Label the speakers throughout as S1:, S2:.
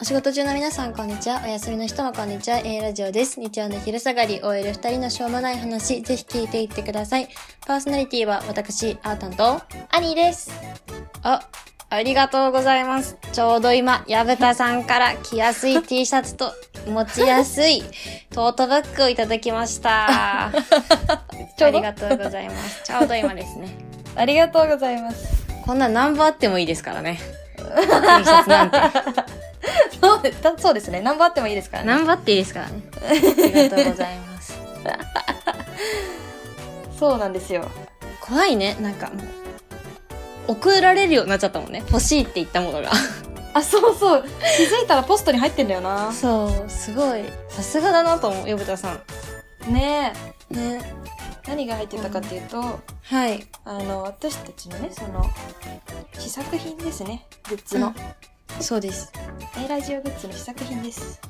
S1: お仕事中の皆さん、こんにちは。お休みの人もこんにちは。A ラジオです。日曜の昼下がり、OL 二人のしょうもない話、ぜひ聞いていってください。パーソナリティは私、あーたんと、
S2: アニーです。
S1: あ、ありがとうございます。ちょうど今、矢蓋さんから着やすい T シャツと持ちやす いトートバッグをいただきま した。
S2: ちょうど
S1: ありがとうございます。ちょうど今ですね。
S2: ありがとうございます。
S1: こんな何本あってもいいですからね。T シャツなんて。
S2: そうでたそうですね。何番あってもいいですからね。
S1: 何本あっていいですからね。ありがとうございます。
S2: そうなんですよ。
S1: 怖いね。なんかもう、送られるようになっちゃったもんね。欲しいって言ったものが。
S2: あ、そうそう。気づいたらポストに入ってんだよな。
S1: そう、すごい。さすがだなと思う、矢蓋さ
S2: ね
S1: ん。ね。
S2: え。何が入ってたかっていうと、
S1: はい。
S2: あの、私たちのね、その、試作品ですね。グッズの。
S1: そうです。
S2: A ラジオグッズの試作品です。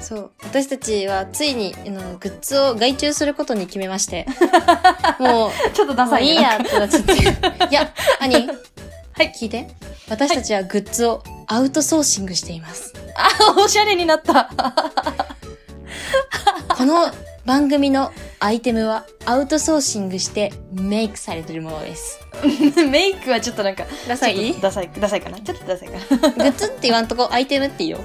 S1: そう私たちはついにあのグッズを外注することに決めまして もう
S2: ちょっとダ
S1: も
S2: サ
S1: う
S2: い
S1: い
S2: ね
S1: いやってなっちゃってい や兄はい聞いて私たちはグッズをアウトソーシングしています、
S2: あ、 おしゃれになった。
S1: この番組のアイテムはアウトソーシングしてメイクされてるものです
S2: メイクはちょっとなんか、
S1: ダ
S2: ちょっとダサい、ダサいかな。ちょっとダサいかな。
S1: グッズって言わんとこアイテムって 言いよ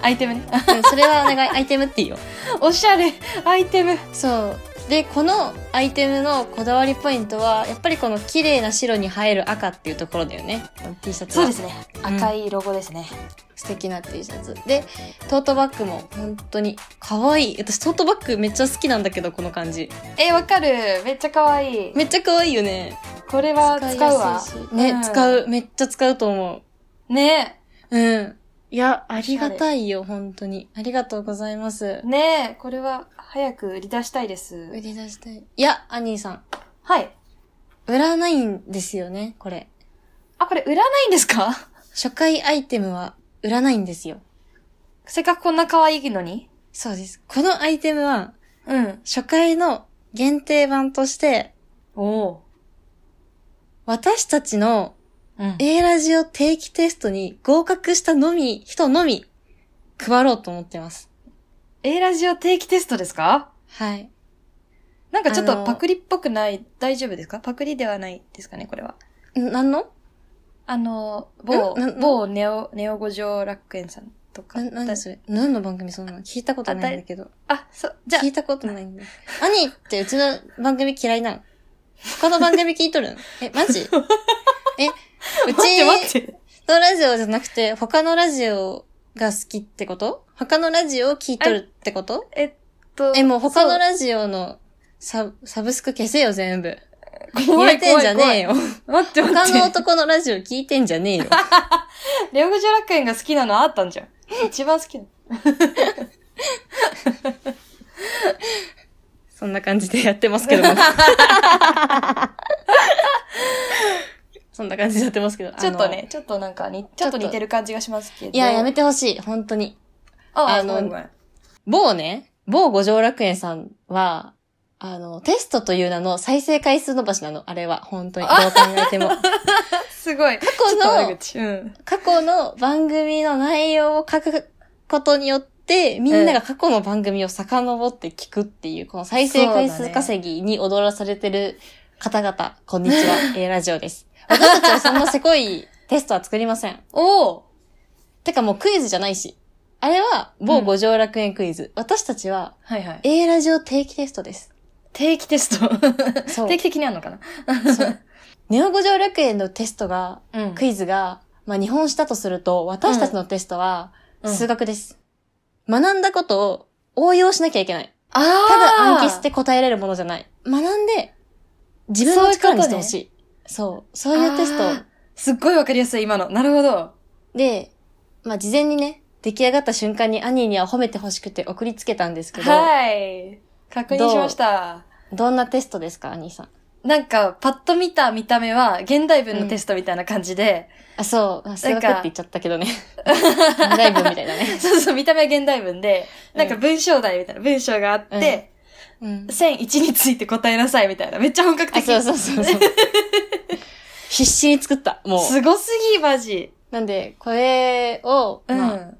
S2: アイテムね。 あ
S1: うんそれはお願いアイテムって言いよ
S2: おしゃれ。アイテム。
S1: そうでこのアイテムのこだわりポイントはやっぱりこの綺麗な白に映える赤っていうところだよねこの T シャツ
S2: そう
S1: は
S2: ですね。赤いロゴですね。
S1: 素敵な T シャツでトートバッグも本当に可愛い私トートバッグめっちゃ好きなんだけどこの感じ
S2: え、わかる。めっちゃ可愛い。
S1: めっちゃ可愛いよね
S2: これは使うわ。
S1: ね、
S2: ん
S1: 使。うめっちゃ使うと思
S2: ね
S1: ううんいやありがたいよ本当にありがとうございます
S2: ねこれは早く売り出したいです
S1: 売。り出したいいやアニーさん
S2: はい。
S1: 売らないんですよねこれ
S2: あ、これ売らないんですか
S1: 初回アイテムは売らないんですよ
S2: せっかくこんな可愛いのに。
S1: そうですこのアイテムは
S2: うん。
S1: 初回の限定版として
S2: おお。
S1: 私たちの
S2: うん。
S1: A ラジオ定期テストに合格したのみ、人のみ、配ろうと思ってます。
S2: A ラジオ定期テストですか
S1: はい。
S2: なんかちょっ
S1: あの
S2: とパクリっぽくない、大丈夫ですかパクリではないですかね、これは。
S1: んなんの
S2: あの、某
S1: んな、ん
S2: 某ネオ、ネオ五条楽園さんとか。
S1: な、何それ何の番組そんなの聞いたことないんだけど。
S2: あ、そう、じ
S1: じ
S2: ゃ
S1: ゃ聞いたことないんだ。兄ってうちの番組嫌いなの他の番組聞いと るのえ、マジえ、
S2: あ、
S1: う
S2: 待って待
S1: ち
S2: って。
S1: のラジオじゃなくて、他のラジオが好きってこと他のラジオを聞いとるってこと
S2: えっと。
S1: え、もう他の
S2: ラ
S1: ラジオのサブサブスク消せよ、全部。
S2: ジ
S1: 言えてんじゃねえよ。
S2: 待って待っ
S1: 他
S2: て。
S1: の男のラジオ聞いてんじゃねえ よ。
S2: レオグジョ楽園が好きなのあったんじゃん。 一番好きなの。
S1: そんな感じでやってますけど も。そんな感じでやってますけど。
S2: ちょっと
S1: あの。
S2: ね、ちょっとなんかに、
S1: ち
S2: ち
S1: ょ
S2: ょ
S1: っ
S2: っ
S1: と
S2: と似てる感じがしますけど。
S1: いや、やめてほしい。本当に。
S2: あ、
S1: あ
S2: あ
S1: の
S2: の、ごめんごめん
S1: 某ね、某五条楽園さんは、あの、テストという名の再生回数伸ばしなの。あれは、本当に。どう考えて も。
S2: すごい。過
S1: 去の
S2: うん。
S1: 過去の番組の内容を書くことによって、みんなが過去の番組を遡って聞くっていう、この再生回
S2: そうだ
S1: 数
S2: ね
S1: 稼ぎに踊らされてる方々、こんにち は、A ラジオです。私たちはそんなせこい テストは作りません。
S2: おお
S1: てかもうクイズじゃないし。あれは、某
S2: うん
S1: 五条楽園クイズ。私たちは、
S2: はいはい。
S1: A ラジオ定期テストです。
S2: 定期テスト。
S1: そう
S2: 定期的にあるのかな
S1: そうネオ五条楽園のテストが、
S2: うん
S1: クイズが、まあ、日本史だとすると、私たちのテストは、
S2: うん
S1: 数学です。学んだことを応用しなきゃいけない。
S2: あ
S1: ただ暗記し
S2: して
S1: て答えれるものじゃない。学んで、自分の力にしてほしい。そうそういうテスト。
S2: すっごいわかりやすい、今の。なるほど。
S1: で、まあ、事前にね、出来上がった瞬間に兄には褒めてほしくて送りつけたんですけど、
S2: はい。確認しました。
S1: どんなテストですか、兄さん。
S2: なんか、パッと見た見た目は、現代文のテストみたいな感じで、
S1: あ、そう、あ数学
S2: なん
S1: って
S2: か
S1: 言っちゃったけどね。 ライブみたいだね。
S2: そうそう、見た目は現代文で、なんか文章題みたいな文章があって、
S1: うん。
S2: 線1について答えなさいみたいな。めっちゃ本格
S1: あ、
S2: 的。
S1: そうそうそう そう。必死に作った、もう。
S2: すごすぎ、マジ。
S1: なんで、これを、
S2: うん。
S1: まあ、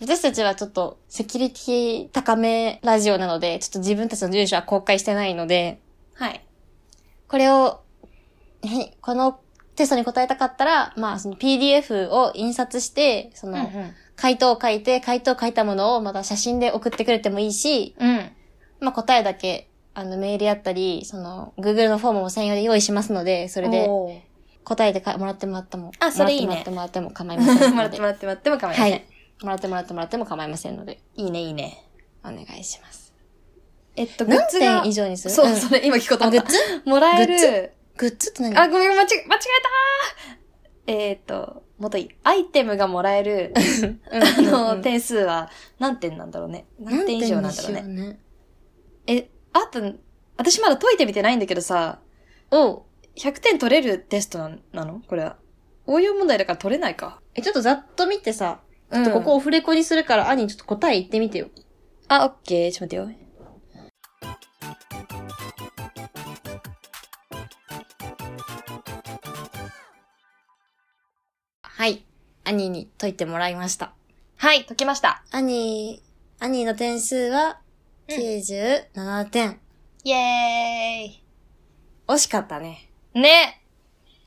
S1: 私たちはちょっとセキュリティ高めラジオなので、ちょっと自分たちの住所は公開してないので、
S2: はい。
S1: これを、はいこのテストに答えたかったら、まあその PDF を印刷して、その回答を書いて、回答を書いたものをまた写真で送ってくれてもいいし、
S2: うん。うん。
S1: まあ答えだけ、あのメールやったり、その Google のフォームも専用で用意しますので、そ
S2: そ
S1: れで 答えてかもらってもらっても。
S2: あそれいいね
S1: もらってもらっても構いませんので。
S2: もらってもらってもらっても構いま
S1: は
S2: せん。
S1: い。もらってもらってもらっても構いませんので、
S2: いいね、いいね。
S1: お願いします。
S2: えっと、グ
S1: 何
S2: ッズが
S1: 点以、上にする
S2: そう、
S1: ん
S2: それ今聞こうと
S1: あ、
S2: 思
S1: グ
S2: っ
S1: ッズ
S2: た。もらえ
S1: グッ
S2: る。
S1: グッズって何
S2: あ、ごめん、間違え、間違えたーえーっと、もといい。アイテムがもらえる、 あの、点数は何点なんだろうね。何点以上なんだろうね。
S1: ね。
S2: え、あと、私まだ解いてみてないんだけどさ、
S1: おう
S2: 100点取れるテストななのこれは。応用問題だから取れないか。
S1: え、ちょっとざっと見てさ、
S2: う
S1: ちょ
S2: ん
S1: っとここ。オフレコにするから、兄ちょっと答え言ってみてよ。
S2: あ、オッケー。ちょっと待ってよ。
S1: はい。兄に解いてもらいました。
S2: はい、解きました。
S1: 兄、兄の点数は
S2: うん
S1: 97点。
S2: イエーイ。
S1: 惜しかったね。
S2: ね。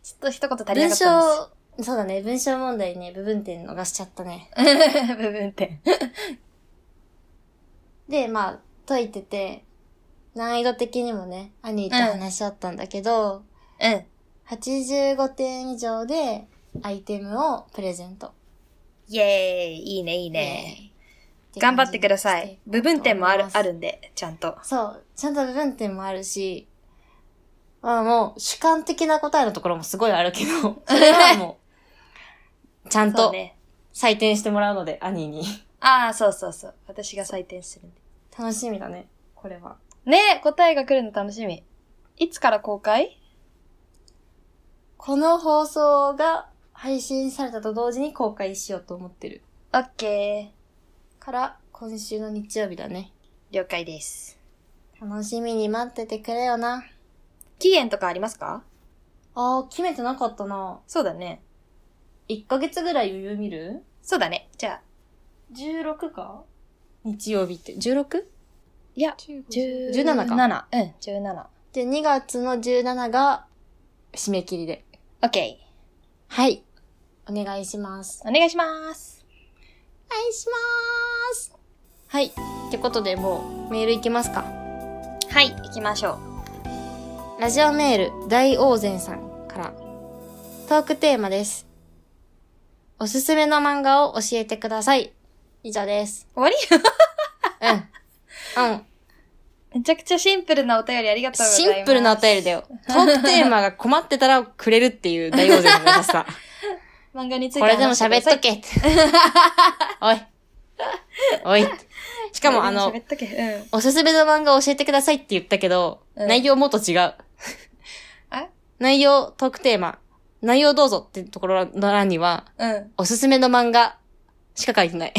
S2: ちょっと一言足
S1: 文
S2: りなかった
S1: 章、そうだね、文章問題ね、部分点逃しちゃったね。
S2: んです。 部分点。
S1: で、まあ、解いてて、難易度的にもね、兄と話し合ったんだけど、
S2: うん。
S1: 85点以上でアイテムをプレゼント。
S2: イエーイ。いいね、いいね。
S1: えー
S2: 頑張ってください。部分点もある、あ。
S1: って感じにしていこうと思います
S2: るんで、ちゃんと。
S1: そう、ちゃんと部分点もあるし、まあもう主観的な答えのところもすごいあるけ ど、それはもう、ちゃん
S2: そう
S1: と
S2: ね。
S1: 採点してもらうので、兄に。
S2: ああ、そうそうそう。私が採点するんで。
S1: 楽しみだね、これは。
S2: ね答えが来るの楽しみ。いつから公開
S1: この放送が配信されたと同時に公開しようと思ってる。
S2: オッケ
S1: から、今週の日曜日だね。
S2: ー。了解です。
S1: 楽しみに待っててくれよな。
S2: 期限とかありますか
S1: あー、決めてなかったな。
S2: そうだね。
S1: 1ヶ月ぐらい余裕見る
S2: そうだね。じゃあ、
S1: ?16 か日曜日って。16?
S2: いや、
S1: 17
S2: 17
S1: か
S2: か。17。うん、17。
S1: で、2月の17が締め切りで。
S2: オッケ
S1: はい。お願いします。
S2: ー。お願いします。
S1: お願いします。はい。ってことで、もうメールいきますか。
S2: はい、行きましょう。
S1: ラジオメール大王禅さんから。トークテーマです。おすすめの漫画を教えてください。以上です。
S2: 終わり
S1: うん。うん。
S2: めちゃくちゃシンプルなお便りありがとうございます。
S1: シンプルなお便りだよ。トークテーマが困ってたらくれるっていう大王勢の優し さ。
S2: 漫画について
S1: これでも喋っと
S2: け。
S1: けって。おい。おい。しかもあの
S2: 喋、っとけ。うん。
S1: おすすめの漫画を教えてくださいって言ったけど、
S2: うん
S1: 内容もっと違 う。
S2: あ
S1: 内容、トークテーマ、内容どうぞってところの欄には、
S2: うん。
S1: おすすめの漫画しか書いてない。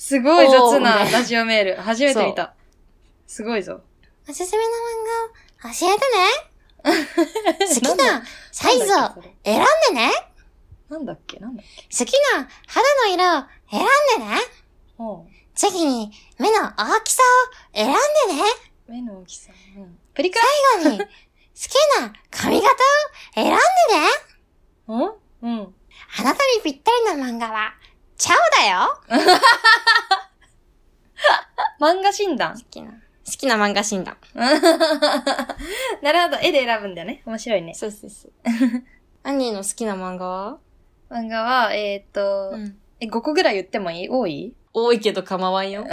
S2: すごい雑
S1: おー
S2: な
S1: ね
S2: ラジオメール。初めて見た。すごいぞ。
S1: おすすめの漫画教えてね好き なサイズを
S2: なんだっけそれ
S1: 選んでね
S2: なんだっけなんだっけ
S1: 好きな肌の色を選んでね
S2: おう
S1: 次に目の大きさを選んで ね
S2: 目の大きさ。うん。プリク
S1: 最後に好きな髪型を選んでね
S2: ラんうん。
S1: あなたにぴったりな漫画は、チャオだよ
S2: 漫画診断
S1: 好きな。好きな漫画診断。
S2: なるほど。絵で選ぶんだよね。面白いね。
S1: そうそうそう。 アニーの好きな漫画は
S2: 漫画は、えーっと、
S1: ん。
S2: え、5個ぐらい言ってもいい多い
S1: 多いけど構わんよ。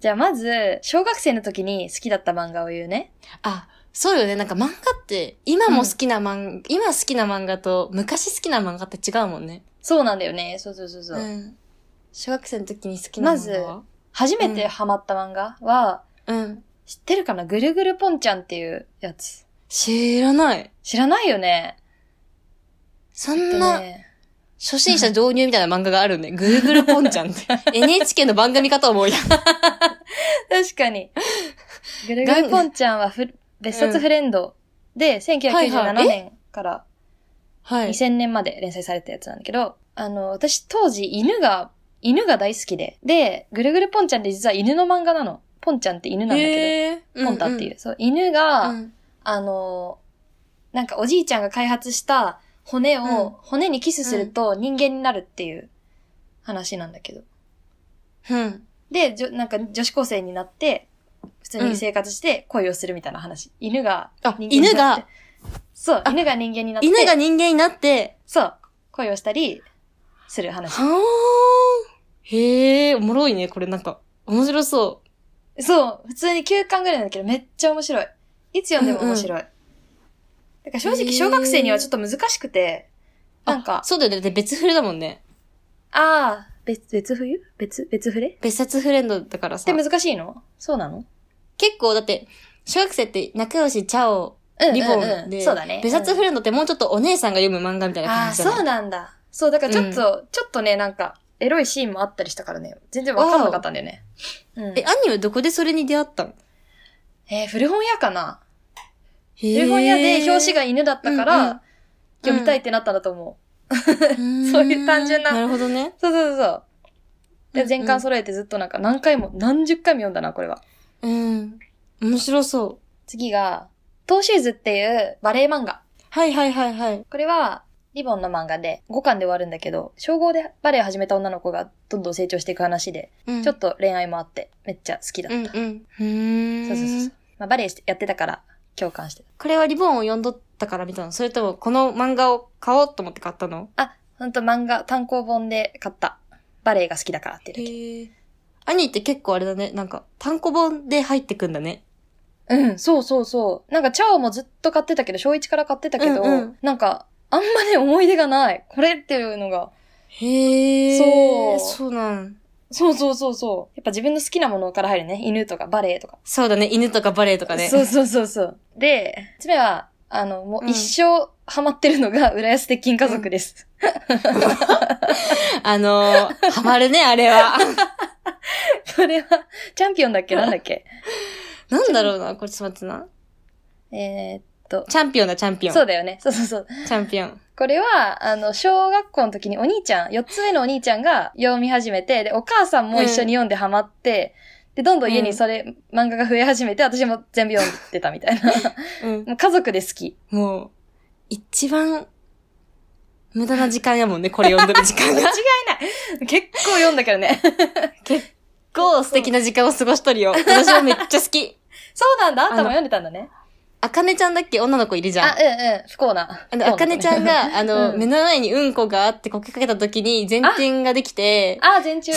S2: じゃあまず、小学生の時に好きだった漫画を言うね。
S1: あ、そうよね。なんか漫画って、今も好きな漫画、今好きな漫画と昔好きな漫画って違うもんね。
S2: そうなんだよね。そうそうそうそう。
S1: ん。小学生の時に好きな漫画は
S2: 初めてハマった漫画は、
S1: うん。
S2: 知ってるかなぐるぐるポンちゃんっていうやつ。
S1: 知らない。
S2: 知らないよね。
S1: そ
S2: えっ
S1: ん
S2: と
S1: な、
S2: ね、
S1: 初心者導入みたいな漫画があるね。ぐるぐるポンちゃん って。NHK の番組かと思うやん。
S2: 確かに。 ぐるぐるポンちゃんはふ別冊フレンドで、
S1: はいは
S2: 1997
S1: い
S2: 年から
S1: はい。
S2: 2000年まで連載されたやつなんだけど、あの、私当時犬が、犬が大好きで、で、ぐるぐるぽんちゃんって実は犬の漫画なの。ぽんちゃんって犬なんだけ
S1: へ
S2: ど、
S1: ー
S2: ぽんたっていう。そう、犬が、
S1: うんうん
S2: あの、なんかおじいちゃんが開発した骨を、
S1: うん
S2: 骨にキスすると人間になるっていう話なんだけど。
S1: うん。
S2: で、じょなんか女子高生になって、普通に生活して恋をするみたいな話。犬が
S1: あ、
S2: 人間
S1: 犬
S2: になって
S1: が、。
S2: そう、
S1: あ
S2: 犬が人間になって。
S1: 犬が人間になって、
S2: そう、恋をしたりする話。
S1: はーん。へえ、おもろいね、これなんか。面白そう。
S2: そう、普通に9巻ぐらいなんだけど、めっちゃ面白い。いつ読んでも面白い。だから正
S1: へ
S2: 直
S1: ー
S2: 小学生にはちょっと難しくて、なんか
S1: あ、そうだよね。で、別フレだもんね。
S2: ああ、別、別冬別、別フレ
S1: 別冊フレンドだから
S2: っ
S1: さ
S2: て。難しいのそうなの
S1: 結構、だって、小学生って仲良し、チャオ、
S2: うん
S1: リボンで、
S2: うんうんそうだね。
S1: 別冊
S2: うん
S1: フレンドってもうちょっとお姉さんが読む漫画みたいな
S2: あ
S1: 感
S2: あ、
S1: じじゃない
S2: そうなんだ。そう、だからちょっと、ちょっとね、なんか、エロいシーンもあったりしたからね、全然わかんなかったんだよね。うん、
S1: え、
S2: え、
S1: 兄はどこでそれに出会ったの
S2: 古本屋かな
S1: 古
S2: 古本屋で表 紙が犬だったか
S1: うんうん
S2: ら、読みたいってなったんだと思う。そういう単純な
S1: なるほどね。
S2: そうそうそう。
S1: うん
S2: で、
S1: うん
S2: 全巻揃えてずっとなんか何回も、何十回も読んだな、これは。
S1: うん。面白そう。
S2: 次が、トーシューズっていうバレエ漫画。
S1: はいはいはいはい。
S2: これは、リボンの漫画で5巻で終わるんだけど、小5でバレエを始めた女の子がどんどん成長していく話で、
S1: うん
S2: ちょっと恋愛もあって、めっちゃ好きだった。
S1: うんうん。ふーん。
S2: そうそうそうそう。まあ、バレエやってたから、共感して
S1: これはリボンを読んどったから見たのそれともこの漫画を買おうと思って買ったの
S2: た。あ、ほんと漫画、単行本で買った。バレエが好きだからっていうだ
S1: え。兄って結構あれだね。なんか、単行本で入ってくんだね。
S2: け。うん、そうそうそう。なんか、チャオもずっと買ってたけど、小1から買ってたけど、
S1: うんうん
S2: なんか、あんまね、思い出がない。これっていうのが、
S1: へ
S2: そ
S1: ー
S2: う
S1: そうなん。
S2: そうそうそうそう。やっぱ自分の好きなものから入るね。犬とかバレエとか。
S1: そうだね。犬とかバレエとかね。
S2: そうそうそうそう。で、次は、あの、も
S1: う
S2: うん一生ハマってるのが、 浦安鉄筋家族です。
S1: あのー、 ハマるね、あれは。
S2: これは、チャンピオンだっけなんだっ け
S1: なんだろうな、これちょっと待ってな。
S2: えーっと、
S1: チャンピオンだ、チャンピオン。
S2: そうだよね。そうそうそう。
S1: チャンピオン。
S2: これは、あの、小学校の時にお兄ちゃん、4つ上のお兄ちゃんが読み始めて、で、お母さんも一緒に読んでハマって、で、どんどん家にそれ、漫画が増え始めて、私も全部読んでたみたいな。
S1: うん。
S2: もう家族で好き。
S1: もう、一番、無駄な時間や もんね、これ読んでる時間
S2: 間違い
S1: が。
S2: ない結構読んだけどね。
S1: 結構素敵な時間を過ごしとるよ。私はめっちゃ好き。
S2: そうなんだ。あんた
S1: あ
S2: も
S1: の
S2: 読んでたんだね。
S1: あかねちゃんだっけ女の子いるじゃん。
S2: あ、うんうん。不幸な。
S1: あの、あかねちゃん。が、あの、
S2: うん
S1: 目の前にうんこがあってこけかけた時に前転ができて、
S2: あ、全 中。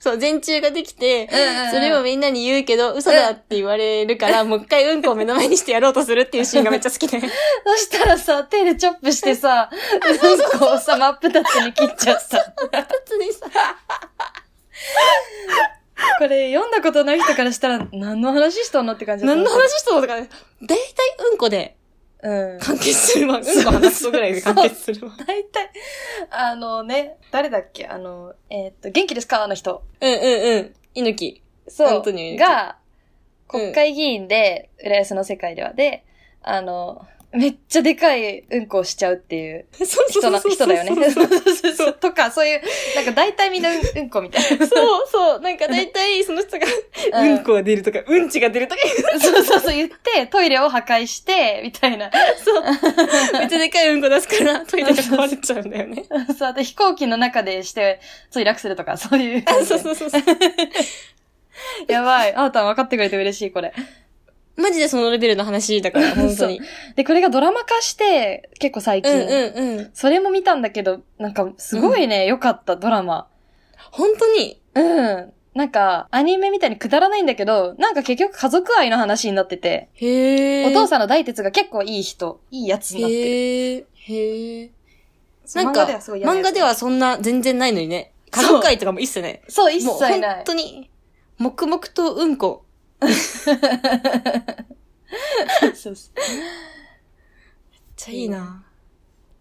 S1: そう、前中ができて、
S2: うんうん
S1: それをみんなに言うけど、嘘だって言われるから、もう一回うんこを目の前にしてやろうとするっていうシーンがめっちゃ好きで。
S2: そしたらさ、手でチョップしてさ、うんこをさ、真っ二つに切っちゃった。
S1: 別にさ、
S2: これ、読んだことない人からしたら、何の話しとんのって感じだった
S1: 何の話したのとか、だいたいうんこで
S2: うん。
S1: 完結するわ。うんこ話すとぐらいで完結するわ。
S2: 大体、あのね、誰だっけあの、えーっと、元気ですかあの人。
S1: うんうんうん。猪木。
S2: そう。
S1: 本当に
S2: が、国会議員で、浦安の世界では、で、あの、めっちゃでかいうんこをしちゃうっていう。
S1: そう
S2: 人な、人だよね。そうそうそう とか、そういう、なんか大体みんなうんうんこみたいな。
S1: そうそう。なんか大体その人が、うんこが出るとか、うんちが出るとか、
S2: そうそうそう言って、トイレを破壊して、みたいな。
S1: めっちゃでかいうんこ出すから、トイレが壊れちゃうんだよね。
S2: そう、あと飛行機の中でして、墜落するとか、そうい
S1: あ
S2: う感じ
S1: そう
S2: で。
S1: そうそうそう。
S2: やばい。あーたん分かってくれて嬉しい、これ。
S1: マジでそのレベルの話だ から、本当に。
S2: で、これがドラマ化して、結構最
S1: う
S2: 近。
S1: んうんうん。
S2: それも見たんだけど、なんか、すごいね、良、かった、ドラマ。
S1: 本当に。
S2: うん。なんか、アニメみたいにくだらないんだけど、なんか結局家族愛の話になってて。
S1: へ
S2: お父
S1: ん
S2: さんの大鉄が結構いい人、いいやつになってる。
S1: へえ。へえ。
S2: そう
S1: なんか
S2: 漫画ではすごい嫌な
S1: 漫
S2: やつ
S1: 画ではそんな全然ないのにね。家族会とかも一切ない。
S2: そう、一
S1: もう
S2: 切な
S1: 本
S2: い。
S1: 当に、黙々とうんこ。
S2: そうそう
S1: めっちゃいいな。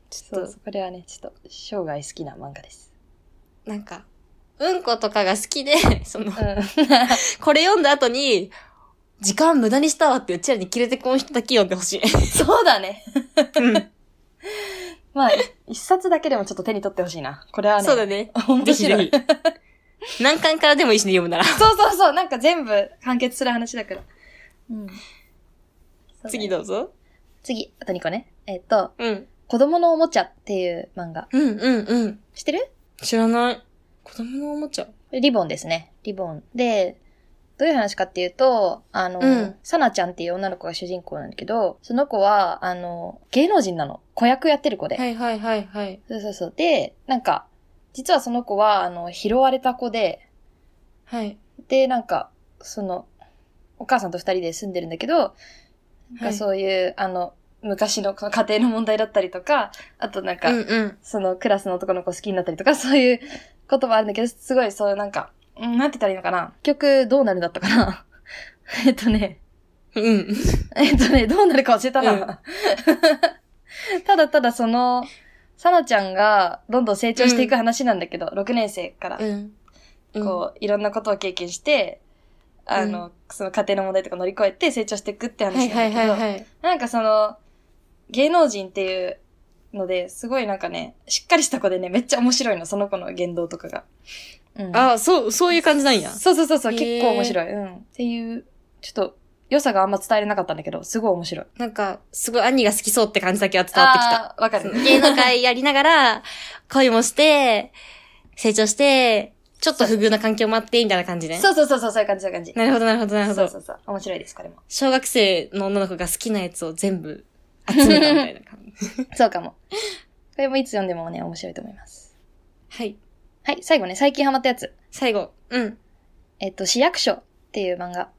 S2: ちょっと、これはね、ちょっと、生涯好きな漫画です。
S1: なんか、うんことかが好きで、 その、
S2: う
S1: これ読んだ後に、時間無駄にしたわってうちらに切れてこん人だけ読んでほしい。
S2: ん。そうだね。
S1: うん
S2: まあ、一冊だけでもちょっと手に取ってほしいな。これは ね。
S1: そうだね。
S2: 面
S1: ぜひ
S2: 白い。
S1: ぜひ。難関からでもいいしね、読むなら。
S2: そうそうそう。なんか全部完結する話だから。うん。
S1: 次
S2: ど
S1: どうぞ。
S2: 次、あと2個ね。えっと、
S1: うん。
S2: 子供のおもちゃっていう漫画。
S1: うんうんうん。
S2: 知ってる
S1: 知らない。子供のおもちゃ。
S2: リボンですね。リボン。で、どういう話かっていうと、あの、
S1: うん
S2: サナちゃんっていう女の子が主人公なんだけど、その子は、あの、芸能人なの。子役やってる子で。
S1: はいはいはいはい。
S2: そうそうそう。で、なんか、実はその子は、あの、拾われた子で、
S1: はい。
S2: で、なんか、その、お母さんと二人で住んでるんだけど、なん
S1: は
S2: か
S1: い
S2: そういう、あの、昔のこの家庭の問題だったりとか、あとなんか、
S1: うんうん。
S2: そのクラスの男の子好きになったりとか、そういうこともあるんだけど、すごいそういうなんか、うんなんて言ったらいいのかな結局どうなるんだったかな えっとね、
S1: うん。
S2: えっとね、どうなるか教えたな。 ただただその、サナちゃんがどんどん成長していく話なんだけど、6年生から、
S1: うん。
S2: こう、いろんなことを経験して、あの、その家庭の問題とか乗り越えて成長していくって
S1: うん。は
S2: 話
S1: い
S2: なんだけど、
S1: はいはいはい。
S2: なんかその、芸能人っていうので、すごいなんかね、しっかりした子でね、めっちゃ面白いの、その子の言動とかが。うん、
S1: ああ、そう、そういう感じなんや。
S2: そうそうそうそう、
S1: へー
S2: 結構面白い。うん。っていう、ちょっと、良さがあんま伝えれなかったんだけど、すごい面白い。
S1: なんか、すごい兄が好きそうって感じだけは伝わってきた。
S2: あー。わかる。
S1: 芸能界やりながら、恋もして、成長して、ちょっと不遇な環境もあって、みたいな感じね。
S2: そうそうそうそう、そういう感じ、そういう感じ。
S1: なるほど、なるほど、なるほ
S2: そう
S1: ど
S2: そ。うそう。面白いです、これも。
S1: 小学生の女の子が好きなやつを全部集めたみたいな感 じ。
S2: そうかも。これもいつ読んでもね、面白いと思います。
S1: はい。
S2: はい、最後ね、最近ハマったやつ。
S1: 最後。うん。
S2: えっと、市役所っていう漫画。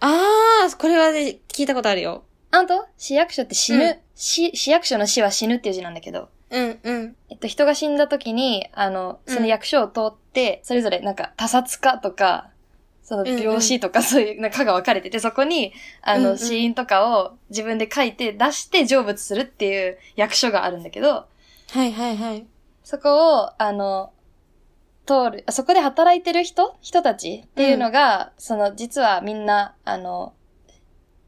S1: あー、これはね、聞いたことあるよ。
S2: あんと市役所って死ぬ、
S1: うん
S2: し市役所の死は死ぬっていう字なんだけど、
S1: うん、うん。
S2: えっと、人が死んだ時に、あの、
S1: うん
S2: その役所を通って、それぞれ、なんか、他殺かとか、その、
S1: うんうん
S2: 病死とか、そういう、なんか、科が分かれてて、そこに、あ
S1: うん
S2: の、
S1: うん
S2: 死因とかを自分で書いて、出して成仏するっていう役所があるんだけど、
S1: はい、はい、はい。
S2: そこを、あの、通る、あそこで働いてる人人たちっていうのが、その、実はみんな、あの、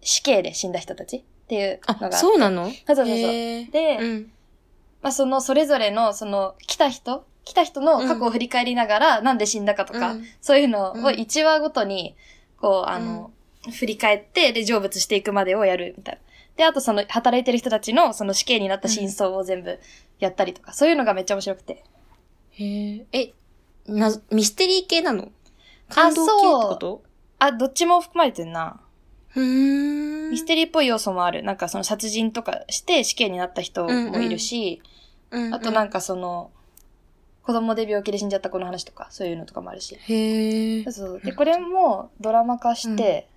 S2: 死刑で死んだ人たちっていうのがあっ
S1: あ、
S2: て。
S1: そうなの
S2: そうそうそう
S1: へー
S2: で、
S1: うん。
S2: まあ、そのそれぞれの、その、来た人来た人の過去を振り返りながら、なんで死んだかとか、
S1: うん
S2: そういうのを
S1: うん
S2: 1話ごとに、こう、あの、振り返って、で、成仏していくまでをやるみたいな。で、あとその、働いてる人たちの、その死刑になった真相を全部やったりとか、そういうのがめっちゃ面白くて。
S1: へーえ、な、ミステリー系なの感動系ってこと
S2: あ、どっちも含まれてんな。
S1: うーん。
S2: ミステリーっぽい要素もある。なんかその殺人とかして死刑になった人もいるし、
S1: うんうん
S2: あとなんかその、子供で病気で死んじゃった子の話とか、そういうのとかもあるし。
S1: へえ
S2: そう。そう。で、これもドラマ化して、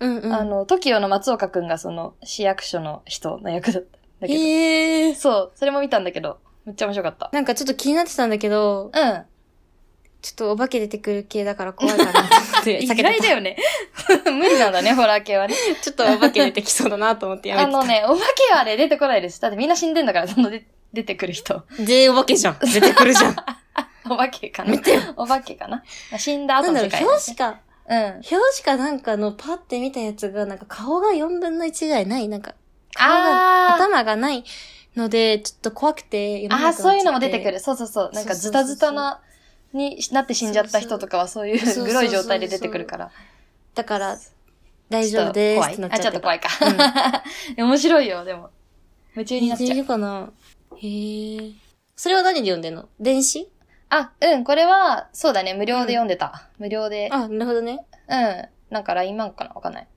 S1: うんうん。
S2: あ、の、TOKIO の松岡くんがその市役所の人の役だったんだけど、
S1: へえ。
S2: そう、それも見たんだけど、めっちゃ面白かった。
S1: なんかちょっと気になってたんだけど、
S2: うん。
S1: ちょっとお化け出てくる系だから怖いかなと思って
S2: 意
S1: 避け
S2: 外
S1: て
S2: だよね。無理なん だね、ホ ラー系はね。
S1: た。ちょっとお化け出てきそうだなと思ってやめ
S2: あ
S1: て
S2: のね、お化けはね、出てこないです。だってみんな死んでんだから、そので出てくる 人。
S1: た。全員お化けじゃん。出てくるじゃん。
S2: お化けか
S1: 見
S2: な。
S1: てよ。
S2: お化けかな。まあ死んだ
S1: な
S2: 後
S1: ん
S2: の
S1: だろ
S2: 世
S1: う、
S2: 界、
S1: 表
S2: ね。
S1: 紙か。
S2: うん。
S1: 表紙かなんかのパって見たやつが、なんか顔が4分の1ぐらいない、なんか、
S2: あー。
S1: 頭がないので、ちょっと怖くて読め
S2: あー、
S1: なくなっちゃって
S2: そういうのも出てく。る。そうそうそう。なんか
S1: そうそ
S2: ズ
S1: うそうそう
S2: タズタな、になって死んじゃった人とかはそうい
S1: そうそう
S2: う
S1: そう
S2: グロい状態で出てくるから。
S1: だから、大丈夫ですってなっちゃって
S2: ちょっと怖い。あ、ちょっと
S1: てた
S2: 怖いか。面白い よ、でも。夢中になっ
S1: 似て
S2: ちゃう。
S1: るかなへえ。それは何で読んでんの電子
S2: あ、うん、これは、そうだね、無料で読んでた。無料で。
S1: あ、なるほどね。
S2: うん。なんか LINE マンかなわかんない。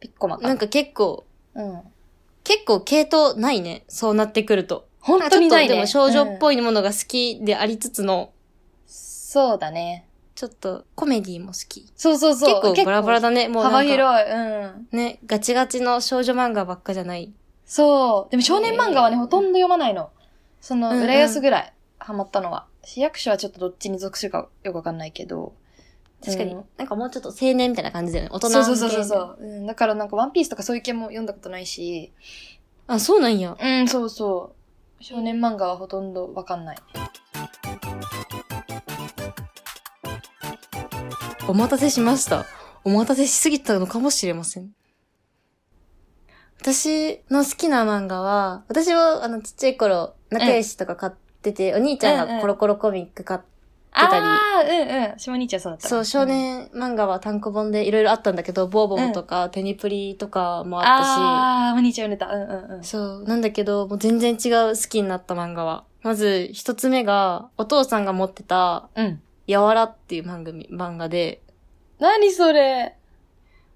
S2: ピッコマか
S1: な
S2: なん
S1: か結構、
S2: うん。
S1: 結構系統ないね。そうなってくると。
S2: 本当にない
S1: ちょっ
S2: ね。
S1: とでも少女っ
S2: い。
S1: ぽいものが好きでありつつの、
S2: そうだね。
S1: ちょっとコメディも好き。
S2: そうそうそう。
S1: 結構バラバラだね。もうなんか
S2: 幅広い。うん。
S1: ね、ガチガチの少女漫画ばっかじゃない。
S2: そう。でも少年漫画はね、ほとんど読まないの。その、
S1: うんうん
S2: 浦安ぐらいハマったのは。市役所はちょっとどっちに属するかよくわかんないけど。
S1: 確かに、
S2: うん
S1: なんかもうちょっと青年みたいな感じだよね。大人
S2: そうそうそうそう
S1: 向けみた
S2: そ
S1: いな
S2: う、うん。だからなんかワンピースとかそういう系も読んだことないし。
S1: あ、そうなんや。
S2: うん、そうそう。少年漫画はほとんどわかんない。
S1: お待たせしました。お待たせしすぎたのかもしれません。私の好きな漫画は、私はあのちっちゃい頃、仲良しとか買ってて、お兄ちゃんがコロコロコミック買って、
S2: あ
S1: たり
S2: あー、うんうん。下兄ちゃんそうだった。
S1: そう、少年漫画は単行本でいろいろあったんだけど、ボーボーとか、テニプリとかも
S2: あ
S1: あったし、
S2: ああ、お兄ちゃん読んでた。うんうんうん。
S1: そう。なんだけど、もう全然違う好きになった漫画は。まず、一つ目が、お父さんが持ってた、
S2: うん。
S1: やわらっていう漫画み漫画で、
S2: 何それ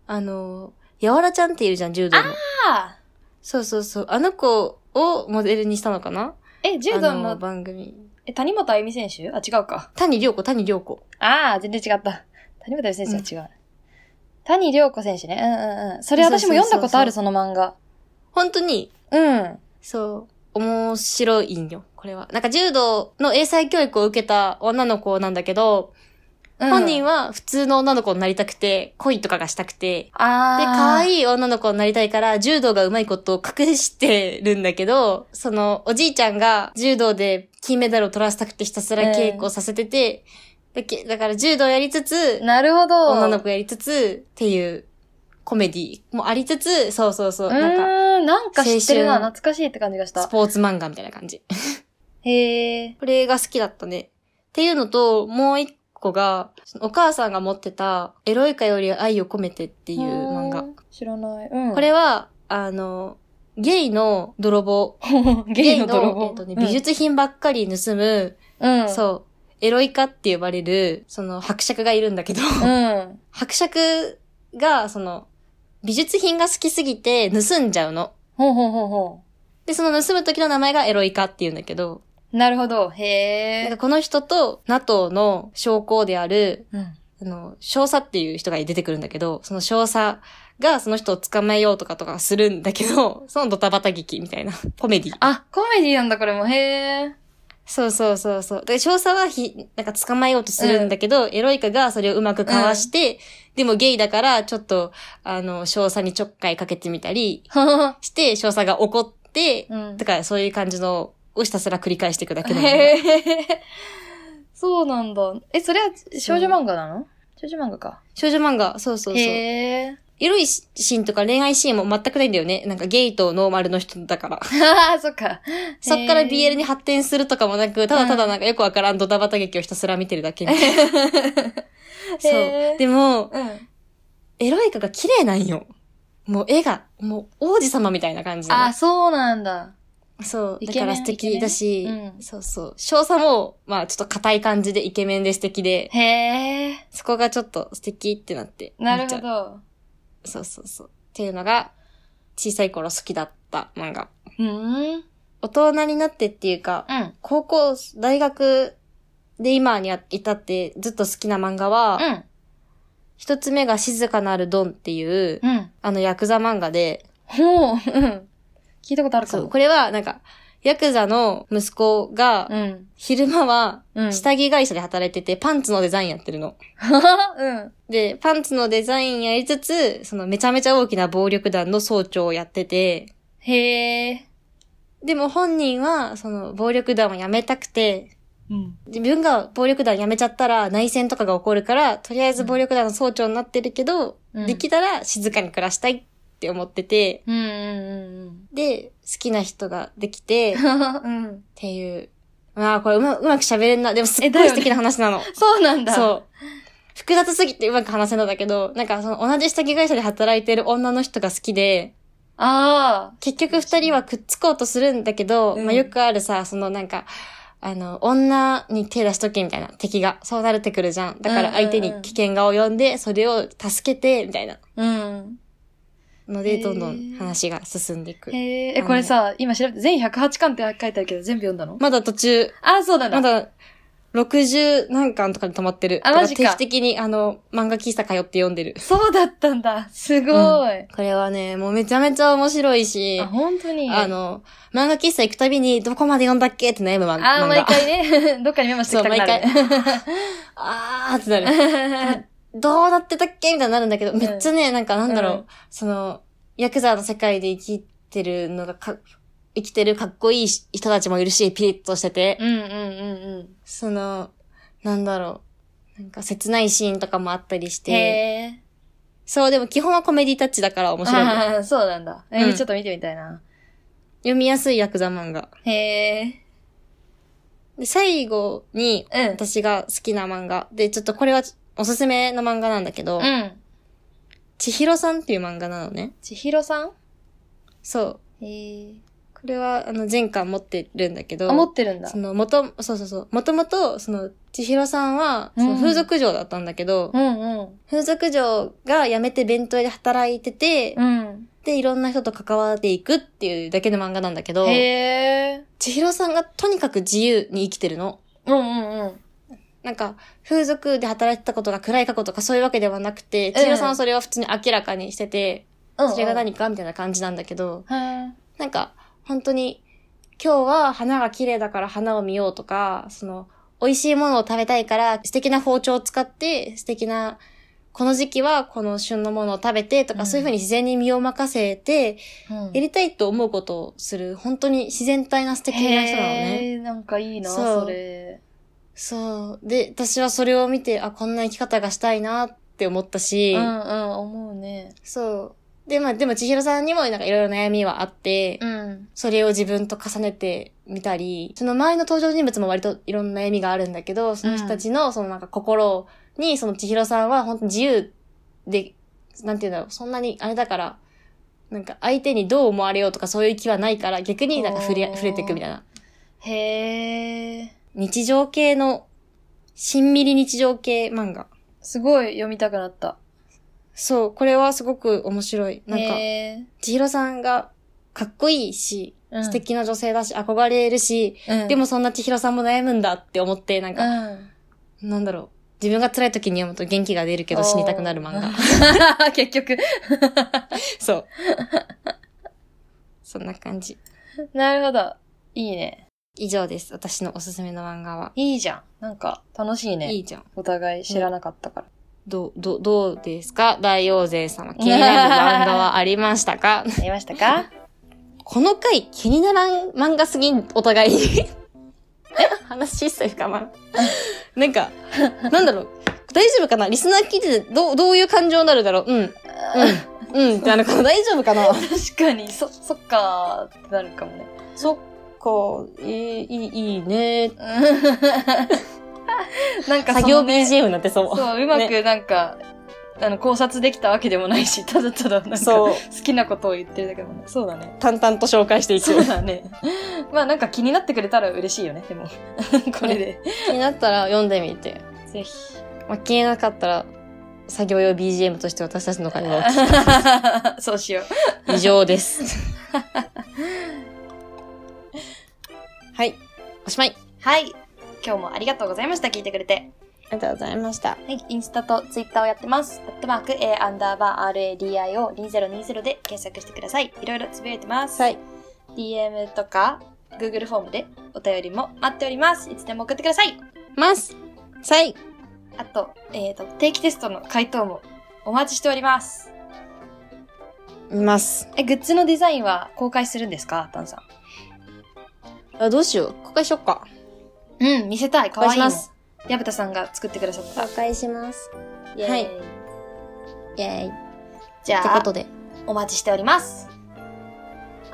S1: あの、やわらちゃんっているじゃん、柔道の。
S2: ああ。
S1: そうそうそう。あの子をモデルにしたのかな
S2: え、柔道
S1: あの
S2: の、
S1: 番組。
S2: え、谷本あゆみ選手あ、違うか。
S1: 谷良子、谷良子。
S2: ああ、全然違った。谷本あゆみ選手は違う。谷良子選手ね。うんうんうん。それ私も読んだことある、
S1: そ
S2: その漫画。
S1: 本当に、
S2: うん。
S1: そう、面白いんよ、これは。なんか柔道の英才教育を受けた女の子なんだけど、本人
S2: は、
S1: は普通の女の子になりたくて、恋とかがしたくて、
S2: ああ。
S1: で、可
S2: い。
S1: 愛い女の子になりたいから、柔道が上手いことを隠してるんだけど、その、おじいちゃんが柔道で金メダルを取らせたくてひたすら稽古をさせてて、だけだから柔道やりつつ、
S2: なるほど。
S1: 女の子やりつつ、っていうコメディもありつつ、そうそうそう、
S2: う
S1: なんか、
S2: ーん、なんか知ってる
S1: 青
S2: な。
S1: 春
S2: 懐かしいって感じがし
S1: ス
S2: た。
S1: ポーツ漫画みたいな感じ。
S2: へえ。
S1: これが好きだったね。っていうのと、もう一個が、そのお母さんが持ってた、エロイカより愛を込めてっていう漫画。。
S2: 知らない。うん。
S1: これは、あの、ゲイの泥棒。
S2: ゲイ
S1: ゲイのえ
S2: の泥
S1: っ
S2: 棒。
S1: とね、美術品ばっかり盗む、
S2: うん。う
S1: そう、エロイカって呼ばれる、その、伯爵がいるんだけど、
S2: ん。うん。
S1: 伯爵が、その、美術品が好きすぎて盗んじゃうの。
S2: ほうほうほうほ
S1: で、その盗む時の名前がエロイカって言うんだけど、
S2: う。なるほど。
S1: なん
S2: へ
S1: か
S2: え。
S1: この人と NATO の将校である、
S2: うん。
S1: あの、少佐っていう人が出てくるんだけど、その少佐がその人を捕まえようとかとかするんだけど、そのドタバタ劇みたいな、コメディ。
S2: あ、コメディなんだ、これも。へえ。
S1: そうそうそうそう。で、少佐はひ、なんか捕まえようとするんだけど、エロイカがそれをうまくかわして、でもゲイだから、ちょっと、あの、少佐にちょっかいかけてみたりして、少佐が怒って、
S2: うん
S1: と。か、そういう感じの、をひたすら繰り返していくだけだ
S2: へえ。 そうなんだ。え、それは少女漫画なの少女漫画か。
S1: 少女漫画、そうそうそう。
S2: へえ。
S1: エロいシーンとか恋愛シーンも全くないんだよね。なんかゲイとノーマルの人だ から。
S2: ああ、そっか。
S1: そっから
S2: へー
S1: BL に発展するとかもなく、ただただなんかよくわからんドタバタ劇をひたすら見てるだけみたいな。そう。でも、
S2: うん。
S1: エロイカが綺麗なんよ。もう絵が、もう王子様みたいな感じな
S2: あ
S1: の
S2: ー、そうなんだ。
S1: そう。
S2: イ
S1: だ
S2: ケメ
S1: か
S2: ン
S1: ら素敵だし、
S2: イケメンうん
S1: そうそう。少佐も、まあちょっと硬い感じでイケメンで素敵で、
S2: へえ。
S1: そこがちょっと素敵ってなって。
S2: なるほ
S1: 見ちゃ
S2: ど。
S1: う。そうそうそう。っていうのが、小さい頃好きだった漫画。
S2: うん。
S1: 大人になってっていうか、
S2: うん。
S1: 高校、大学で今に至ってずっと好きな漫画は、
S2: うん。
S1: 一、つ目が静かなるドンっていう、
S2: うん。
S1: あの、ヤクザ漫画で、
S2: ほう。うん。聞いたことあるか
S1: そう、
S2: も。
S1: これはなんか、ヤクザの息子が、
S2: うん。
S1: 昼間は
S2: うん。
S1: 下着会社で働いてて、パンツのデザインやってるの。
S2: うん。
S1: で、パンツのデザインやりつつ、そのめちゃめちゃ大きな暴力団の総長をやってて、
S2: へえ。
S1: でも本人は、その暴力団を辞めたくて、
S2: うん。
S1: 自分が暴力団辞めちゃったら内戦とかが起こるから、とりあえず暴力団の総長になってるけど、
S2: うん
S1: できたら静かに暮らしたいって思ってて、
S2: うんうん
S1: で、好きな人ができて、っ
S2: うん。うん。
S1: ていう。まあ、これうまうまく喋れんな。でもすっ
S2: えだ
S1: ごい
S2: よね
S1: 素敵な話なの。
S2: そうなんだ。
S1: そう。複雑すぎてうまく話せないんだけど、なんかその同じ下着会社で働いてる女の人が好きで、
S2: ああ。
S1: 結局二人はくっつこうとするんだけど、
S2: うん
S1: まあよくあるさ、そのなんか、あの、女に手出しとけみたいな敵が、そうなれてくるじゃん。だか
S2: う
S1: ら
S2: んうんう
S1: 相
S2: ん
S1: 手に危険が及んで、それを助けて、みたいな
S2: うん。
S1: の
S2: へ
S1: で、
S2: ー
S1: どんどん話が進んでいく。
S2: へえ。え、これさ、今調べて、全108巻って書いてあるけど、全部読んだの
S1: まだ途中、
S2: ああ、そうなんだ。
S1: まだ60何巻とかで止まってる。
S2: あマジか
S1: だら定期的にあの、漫画喫茶通って読んでる。
S2: そうだったんだ。すごい。
S1: これはね、もうめちゃめちゃ面白いし、
S2: あ、
S1: あ
S2: 本当に。
S1: の、漫画喫茶行くたびにどこまで読んだっけって悩む漫漫画。
S2: あー、毎回ね。どっかにメモして
S1: そ
S2: き
S1: う、
S2: たく
S1: 毎
S2: な
S1: 回
S2: る。。
S1: あーってな る。どうなってたっけみたいになるんだけど、めっちゃね、なんかなんだろう、
S2: うん
S1: その、ヤクザの世界で生きてるのがか、生きてるかっこいい人たちもいるし、ピリッとしてて、
S2: うんうんうんうん。
S1: その、なんだろう、なんか切ないシーンとかもあったりして、
S2: へえ。
S1: そう、でも基本はコメディタッチだから面白いね。
S2: ああ、そうなんだ。え
S1: う
S2: ー、
S1: ん
S2: ちょっと見てみたいな。
S1: 読みやすいヤクザ漫画。
S2: へえ。
S1: で、最後に、
S2: うん。
S1: 私が好きな漫画。で、ちょっとこれはおすすめの漫画なんだけど、
S2: うん。
S1: 千尋さんっていう漫画なのね。
S2: 千尋さん
S1: そう。
S2: へえ。
S1: これは、あの、前巻持ってるんだけど、
S2: あ、持ってるんだ。
S1: その、もと、そうそうそう、もともと、その、千尋さんは、
S2: うん
S1: その風俗嬢だったんだけど、
S2: うんうん。
S1: 風俗嬢が辞めて弁当屋で働いてて、
S2: うん。
S1: で、いろんな人と関わっていくっていうだけの漫画なんだけど、
S2: へえ。
S1: 千尋さんがとにかく自由に生きてるの。
S2: うんうんうん。
S1: なんか、風俗で働いてたことが暗い過去とかそういうわけではなくて、
S2: ん
S1: 千尋さんはそれは普通に明らかにしてて、それが
S2: へ
S1: 何かみたいな感じなんだけど、
S2: え。
S1: なんか、本当に、今日は花が綺麗だから花を見ようとか、その、美味しいものを食べたいから素敵な包丁を使って、素敵な、この時期はこの旬のものを食べてとか、
S2: うん
S1: そういうふうに自然に身を任せて、
S2: うん
S1: やりたいと思うことをする、本当に自然体な素敵な人なのね。
S2: へーなんかいいな、
S1: そう
S2: それ。
S1: そう。で、私はそれを見て、あ、こんな生き方がしたいなって思ったし、
S2: うんうん、思うね。
S1: そう。で、まあ、でも千尋さんにもなんかいろいろ悩みはあって、
S2: うん。
S1: それを自分と重ねてみたり、その前の登場人物も割といろんな悩みがあるんだけど、その人たちのそのなんか心に、その千尋さんは本当に自由で、なんていうんだろう、そんなにあれだから、なんか相手にどう思われようとかそういう気はないから、逆になんか触れ、
S2: おー
S1: 触れていくみたいな。
S2: へえ。
S1: 日常系の、しんみり日常系漫画。
S2: すごい読みたくなった。
S1: そう、これはすごく面白い。なんか、
S2: へ
S1: 千尋さんがかっこいいし、
S2: ー
S1: 素、敵な女性だし、憧れるし、
S2: うんうん
S1: でもそんな千尋さんも悩むんだって思って、なん
S2: う
S1: か、
S2: ん。
S1: なんだろう。自分が辛い時に読むと元気が出るけど死にたくなる漫 画。
S2: 画。結局。
S1: そう。そんな感じ。
S2: なるほど。いいね。
S1: 以上です。私のおすすめの漫画は。
S2: いいじゃん。なんか、楽しいね。
S1: いいじゃん。
S2: お互い知らなかったから。
S1: どう、どう、どうですか大王勢様。気になる漫画はありましたか
S2: ありましたか
S1: この回気にならん漫画すぎん、お互い に。え話しするかななんか、なんだろう。大丈夫かなリスナー聞いてて、どう、どういう感情になるだろううん。うん。うん。ってなるかな大丈夫かな
S2: 確かに、そ、そっかーってなるかもね。
S1: そっか、えー、いい、いいね。
S2: なんかそのね
S1: 作業 BGM になってそう。
S2: そう、うま
S1: ね
S2: くなんか、あの、考察できたわけでもないし、ただただなんか、好
S1: そう。
S2: きなことを言ってるだけだもんね。そうだね。
S1: 淡々と紹介していく。
S2: そうだね。まあなんか気になってくれたら嬉しいよね、でも。 これで。
S1: 気になったら読んでみて。
S2: ぜひ。
S1: まあ、気になかったら、作業用 BGM として私たちの会話
S2: そうしよう。
S1: を以上です。はい。おしまい。
S2: はい。今日もありがとうございました。聞いてくれて。
S1: ありがとうございました。
S2: はい。インスタとツイッターをやってます。アットマーク、A アンダーバー RADIO2020 で検索してください。いろいろつぶやいてます。
S1: はい。
S2: DM とか、Google フォームでお便りも待っております。いつでも送ってください。
S1: ます。さい。
S2: あと、えっ、と、定期テストの回答もお待ちしております。
S1: ます。
S2: え、グッズのデザインは公開するんですかタンさん。
S1: あ、どうしよう。公開しよっか。
S2: うん、見せたい。か
S1: 公開
S2: わ
S1: しま
S2: いいもん。
S1: す。
S2: 矢蓋さんが作ってくださった。
S1: 開します。
S2: イエーイ
S1: はいイェーイ。っ
S2: じゃ
S1: てこ
S2: あ
S1: と、で、
S2: お待ちしております。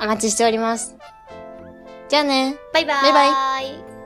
S1: お待ちしております。じゃあね。
S2: バイバーイ。
S1: バイ
S2: イ。